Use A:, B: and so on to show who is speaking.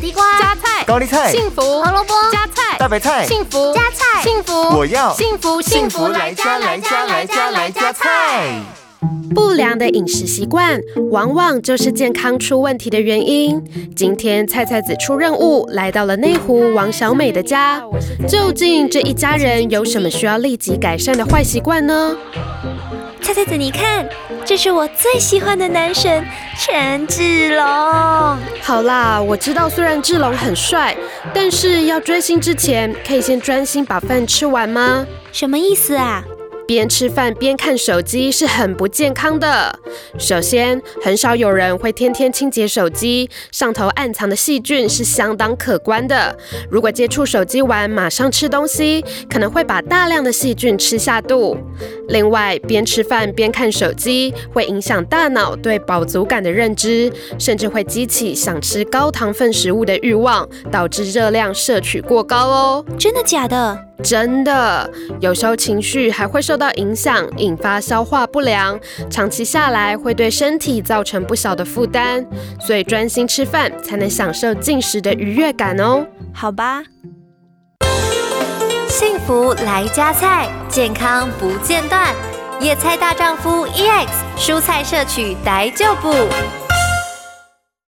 A: 地瓜、
B: 加菜、
C: 高丽菜、
B: 幸福、
A: 胡萝卜、
B: 加菜、
C: 大白菜、
B: 幸福、
A: 加菜
B: 幸福，
C: 我要
B: 幸福
C: 幸福来家来家来家来家菜。
D: 不良的饮食习惯往往就是健康出问题的原因。今天菜菜子出任务来到了内湖王小美的家，究竟这一家人有什么需要立即改善的坏习惯呢？
E: 菜菜子，你看，这是我最喜欢的男神权志龙。
D: 好啦，我知道虽然志龙很帅，但是要追星之前，可以先专心把饭吃完吗？
E: 什么意思啊？
D: 边吃饭边看手机是很不健康的。首先，很少有人会天天清洁手机，上头暗藏的细菌是相当可观的。如果接触手机完马上吃东西，可能会把大量的细菌吃下肚。另外，边吃饭边看手机会影响大脑对饱足感的认知，甚至会激起想吃高糖分食物的欲望，导致热量摄取过高哦。
E: 真的假的？
D: 真的，有时候情绪还会受到影响，引发消化不良，长期下来会对身体造成不小的负担。所以专心吃饭，才能享受进食的愉悦感哦。
E: 好吧。幸福来加菜，健康 E 不间断。野菜大丈夫 EX，蔬菜摄取逮就补。